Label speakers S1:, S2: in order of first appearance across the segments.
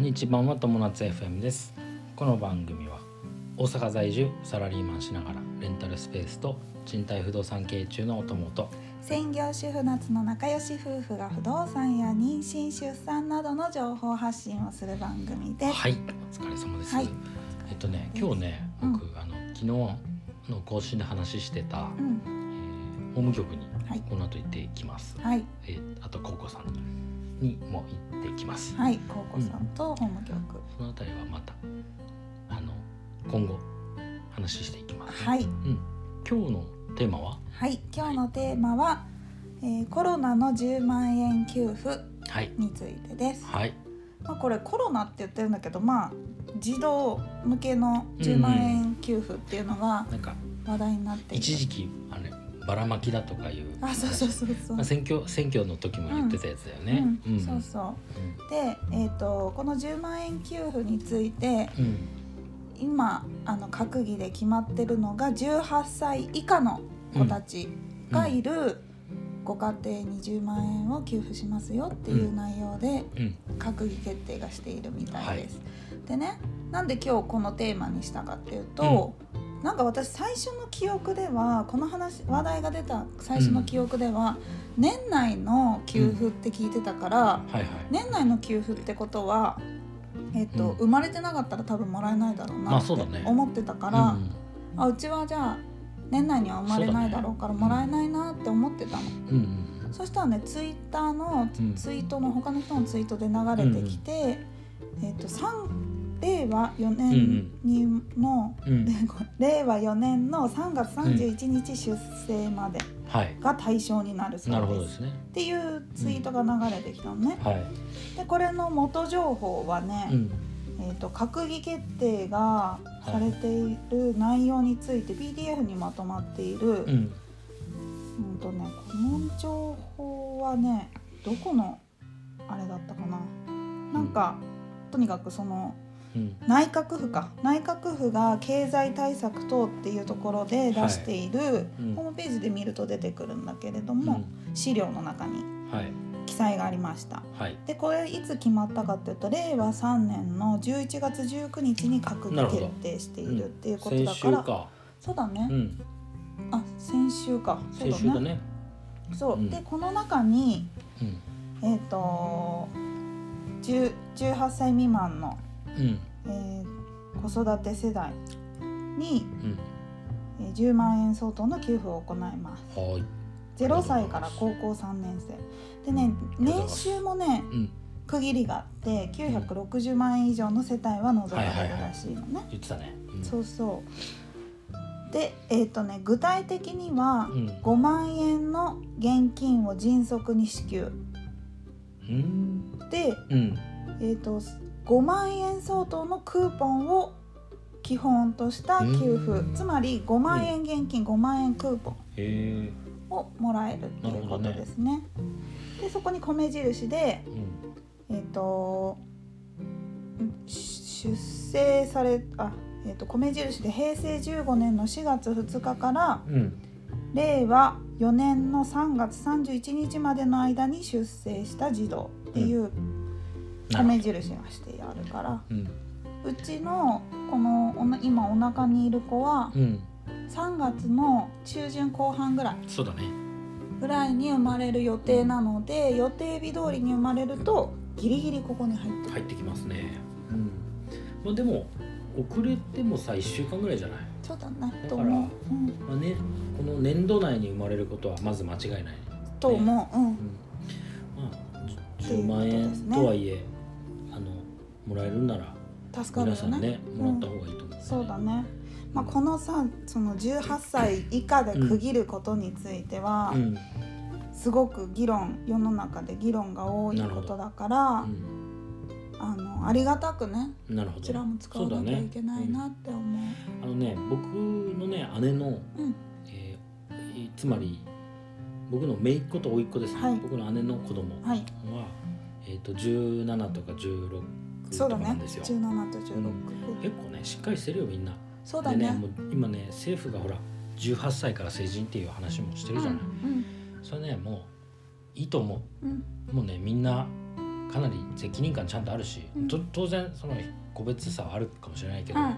S1: 日版は友達 FM ですこの番組は大阪在住サラリーマンしながらレンタルスペースと賃貸不動産経営中のお友と
S2: 専業主婦夏の仲良し夫婦が不動産や妊娠出産などの情報発信をする番組です。
S1: はいお疲れ様です、
S2: はい
S1: えっとね今日ね
S2: うん
S1: 僕、あの昨日の更新で話してた、
S2: うん、
S1: えー法務局に
S2: はい
S1: この後行ってきます、
S2: はい、
S1: えーあと高校さんにも行ってきます、
S2: はい、高子さんと法務局。
S1: そのあたりはまたあの今後話していきますね、
S2: はい、
S1: うん、今日のテーマは
S2: はい、今日のテーマは、えーコロナの10万円給付
S1: はい
S2: についてです。
S1: はい
S2: まあ、これコロナって言ってるんだけど、まあ。児童向けの10万円給付っていうのが
S1: なんか
S2: 話題になっていて、
S1: 一時期あればらまきだとかいう
S2: あ、そうそうそうそう
S1: まあ、。選挙選挙の時も言ってたやつだよね、
S2: うん、そうそう。で、えー、とこの10万円給付について
S1: うん、うん
S2: 今あの閣議で決まってるのが18歳以下の子たちがいるご家庭に10万円を給付しますよっていう内容で
S1: うん
S2: 閣議決定がしているみたいです。でねなんで今日このテーマにしたかっていうと、なんか私最初の記憶ではこの話話題が出た最初の記憶では、年内の給付って聞いてたから。
S1: はいはい、
S2: 年内の給付ってことは、えっと
S1: うん
S2: 生まれてなかったら多分もらえないだろう
S1: ま
S2: な
S1: あ
S2: って
S1: そうだね
S2: 思ってたから、うあうちはじゃあ年内には生まれないだろうから
S1: そう
S2: も
S1: だね
S2: らえないなって思ってたのそ,、
S1: うんうん
S2: したらねツイッターの
S1: うん
S2: ツイートの他の人のツイートで流れてきて、えっと3令和4年にの、
S1: うんうん、
S2: 令和4年の3月31日出生まで
S1: はい
S2: が対象になるそ
S1: なるほ
S2: う
S1: ど
S2: で。
S1: ですすね
S2: っていうツイートが流れてきたのね。
S1: はい、
S2: でこれの元情報はね、
S1: うん、
S2: えー、と閣議決定がされている内容について PDF にまとまっている、う
S1: うんん
S2: とね、この情報はねどこのあれだったかななんかとにかくその
S1: うん
S2: 内閣府か内閣府が経済対策等っていうところで出している、
S1: うん
S2: ホームページで見ると出てくるんだけれども、資料の中に
S1: うん、はい
S2: 記載がありました。
S1: はい
S2: でこれいつ決まったかっていうと令和3年の11月19日に閣
S1: なる
S2: 議
S1: ほど
S2: 決定しているっていうこと
S1: 先
S2: だか
S1: 週
S2: ら、
S1: か、
S2: そうだね、
S1: うん、
S2: あ先週かそう
S1: 先
S2: だ
S1: 週
S2: ね
S1: だね
S2: そう、
S1: うん
S2: でこの中に
S1: うん
S2: えっ、と10 18歳未満の、
S1: うん
S2: えー子育て世代に
S1: うん
S2: えー10万円相当の給付を行います
S1: はい
S2: 0歳から高校3年生でね
S1: りがとうご
S2: 年
S1: ざいます
S2: 収もね
S1: うん
S2: 区切りがあって960万円以上の世帯は除かれるらしいのね、
S1: 言ってたね
S2: そうそうでえっ、とね具体的には
S1: うん
S2: 5万円の現金を迅速に支給
S1: うん
S2: で、
S1: うん
S2: えー、と5万円相当のクーポンを基本とした給
S1: う
S2: 付
S1: ん
S2: つまり5万円現金5万円クーポン
S1: へえ
S2: をもらえるっていうことですね。でそこに米印で、
S1: うん
S2: えー、とんし出生されあ、えー、と米印で平成15年の4月2日から
S1: うん
S2: 令和4年の3月31日までの間に出生した児童っていう
S1: なるほ
S2: 米印がしてあるから、
S1: どう
S2: う
S1: ん
S2: ちのこのおな今お腹にいる子は
S1: うん
S2: 3月の中旬後半ぐらい
S1: そうだね
S2: ぐらいに生まれる予定なので予定日通りに生まれるとギリギリここに入ってくる
S1: 入ってきますねうんまあでも遅れてもさ1週間ぐらいじゃない、
S2: そうだね
S1: ら
S2: と思う、うん、
S1: まあね、この年度内に生まれることはまず間違いない、
S2: と思う、うん、
S1: まあ、じ
S2: っていう
S1: 10
S2: こと
S1: 万
S2: ですね
S1: 円とはいえ、あのもらえるんなら
S2: 助かる
S1: 皆
S2: よ
S1: さんね
S2: うん
S1: もらった方がいいと思う、
S2: そうだね、まあ、このさその18歳以下で区切ることについては、
S1: うん
S2: すごく議論世の中で議論が多いことだから、あのありがたくね
S1: うん、なるほど
S2: こちらも使わなきゃいけないなって思う。
S1: あのね僕のね姉の、
S2: うん
S1: えーいつまり僕の姪っ子と甥っ子ですね、
S2: はい
S1: 僕の姉の子供は、
S2: はい、
S1: えー、と17とか16
S2: そうだ
S1: とかな
S2: ね
S1: んですよ、
S2: 17と16、
S1: 結構ねしっかりしてるよみんな、
S2: そうだ
S1: で
S2: ね
S1: ねもう今ね政府がほら18歳から成人っていう話もして
S2: うん
S1: るじゃない、
S2: うん
S1: それねもういいと思
S2: うん
S1: うもうねみんなかなり責任感ちゃんとあるし、
S2: うん
S1: と当然その個別差はあるかもしれないけど、
S2: うんうん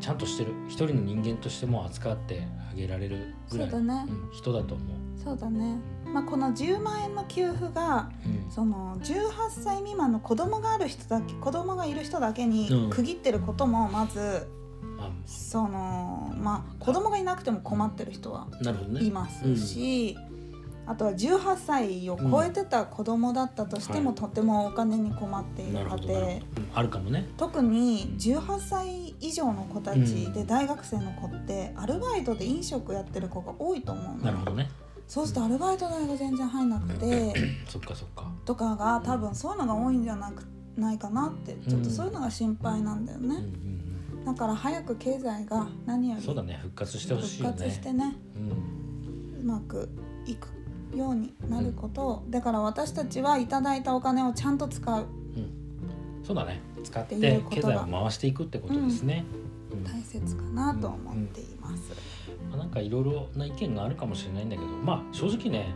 S1: ちゃんとしてる一人の人間としても扱ってあげられるぐ
S2: そ
S1: ら
S2: う
S1: い
S2: だね
S1: うん、人だと思う。
S2: そうだねまあこの10万円の給付が
S1: うん
S2: その18歳未満の子供がある人だけ子供がいる人だけに区切ってることもまず
S1: ま
S2: そのまあ子供がいなくても困ってる人は
S1: あ、なるほどね
S2: いますし、あとは18歳を超えてた子供だったとしても、
S1: うん
S2: とてもお金に困っている
S1: な
S2: 家
S1: るほ
S2: 庭、
S1: どなるほどうんあるかもね。
S2: 特に18歳以上の子たちで大学生の子ってアルバイトで飲食やってる子が多いと思うの
S1: なるほどね。
S2: そうするとアルバイト代が全然入んなくて
S1: そっかそっか。
S2: とかが多分そういうのが多いんじゃなくないかなってちょっとそういうのが心配なんだよ
S1: うん
S2: ね、
S1: うん
S2: だから早く経済が何よ
S1: うん。
S2: り
S1: そうだね復活してほしい
S2: 復
S1: よ
S2: 活し
S1: ね。
S2: てね
S1: うん
S2: うまくいくようになることを、だから私たちはいただいたお金をちゃんと使う
S1: うん。そうだね使っ
S2: ってい
S1: て
S2: うこ
S1: 経
S2: と
S1: 済
S2: が
S1: を回していくってことですね。うん
S2: 大切かなと思っています。
S1: まあなんかいろいろな意見があるかもしれないんだけどまあ正直ね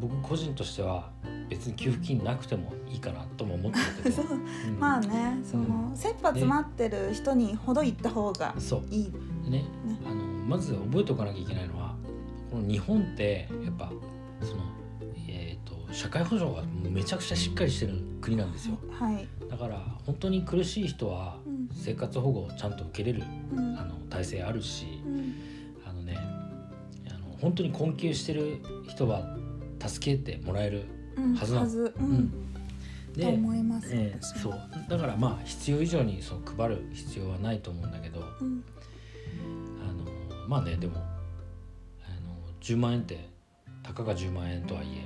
S1: 僕個人としては別に給付金なくてもいいかなとも思 ってるけど
S2: そう
S1: うん
S2: まあねその、切羽詰まってる人にほど行った方が
S1: そう
S2: いい。
S1: でねあのまず覚えておかなきゃいけないのはこの日本ってやっぱその、えー、と社会保障がめちゃくちゃしっかりしてる国なんですよ
S2: はい。
S1: だから本当に苦しい人は
S2: うん
S1: 生活保護をちゃんと受けれる
S2: うん
S1: あの体制あるし
S2: うん
S1: あのねあの本当に困窮してる人は助けてもらえる
S2: うん
S1: はずなの
S2: はず、う、
S1: うん
S2: と
S1: で、
S2: 思います。
S1: えー
S2: 私
S1: そ
S2: も
S1: うだからまあ必要以上にそう配る必要はないと思うんだけどあ
S2: うん
S1: のまあねでもあの10万円ってたかが10万円とはいえ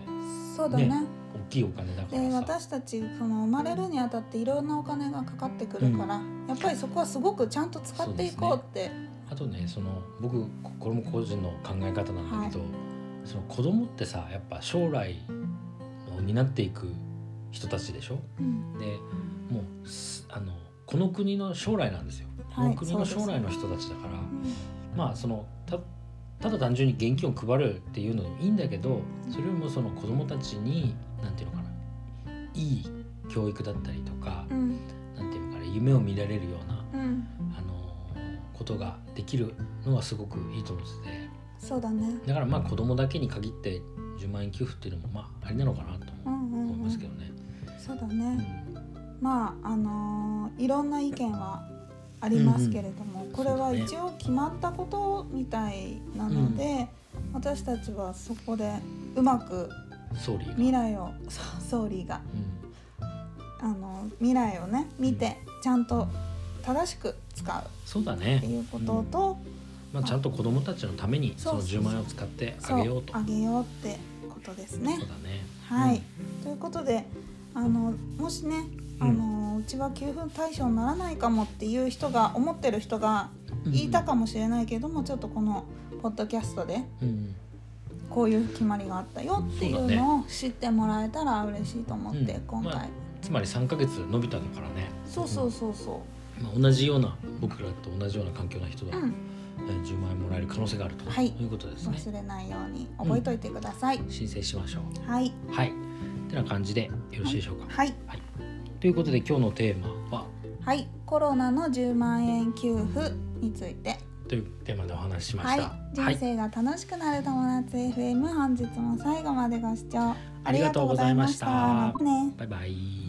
S2: そうだね
S1: ね大きいお金だか
S2: で
S1: らさ、
S2: 私たちその生まれるにあたっていろんなお金がかかってくるから、やっぱりそこはすごくちゃんと使っていこうって
S1: あとねその僕ここれも個人の考え方なんだけど、その子供ってさやっぱ将来を担っていく人たちでしょ
S2: うん
S1: でもうすあのこの国の将来なんですよ、
S2: はい
S1: この国の
S2: そうで
S1: 将
S2: す
S1: 来の人たちだから。
S2: うん
S1: まあそのたただ単純に現金を配るっていうのでもいいんだけどそれよりもその子どもたちになんていうのかないい教育だったりとか、
S2: うん
S1: なんていうのかな夢を見られるような、
S2: うん
S1: あのーことができるのはすごくいいと思って
S2: そうだね
S1: てだからまあ子どもだけに限って10万円給付っていうのもまあありなのかなと
S2: う
S1: 思
S2: んうん
S1: い
S2: うん
S1: ますけどね。
S2: そうだ
S1: うん
S2: ねまああのーいろんな意見はありますけれども、これは
S1: そうだね
S2: 一応決まったことみたいなので、私たちはそこでうまく
S1: 総理が、
S2: 未来を そう総理が
S1: うん
S2: あの未来をね見てちゃんと正しく使
S1: そうだ
S2: うって
S1: ね、
S2: いうことと、
S1: まあ、ちゃんと子どもたちのために
S2: そ
S1: そうの
S2: そうそう
S1: 10万円を使って
S2: そ
S1: あげようと。
S2: あげようってことですね
S1: そう。だね
S2: はい、
S1: うん
S2: ということであのもしねあの、うちは給付対象にならないかもっていう人が思ってる人が言いたかもしれないけども、ちょっとこのポッドキャストで
S1: うん
S2: こういう決まりがあったよっていう
S1: そうだ
S2: のを知ってもらえたら嬉しいと思って、
S1: うん
S2: 今回、
S1: まあつまり3ヶ月伸びたんだからね、
S2: そうそうそうそ
S1: まあ、同じような僕らと同じような環境の人
S2: う、
S1: が、
S2: うん、
S1: えー10万円もらえる可能性があると、
S2: はい
S1: いうことですね
S2: 忘れないように覚えといてください、
S1: 申請しましょう
S2: はい
S1: はいてな感じでよろしいでしょうか、
S2: はい
S1: ということで今日のテーマは
S2: はいコロナの10万円給付について
S1: というテーマでお話ししまし
S2: はい
S1: た、、
S2: 人生が楽しくなる友達 FM、本日も最後までご視聴ありがとうございました。
S1: ありがとうございまし
S2: またね。
S1: たバイバイ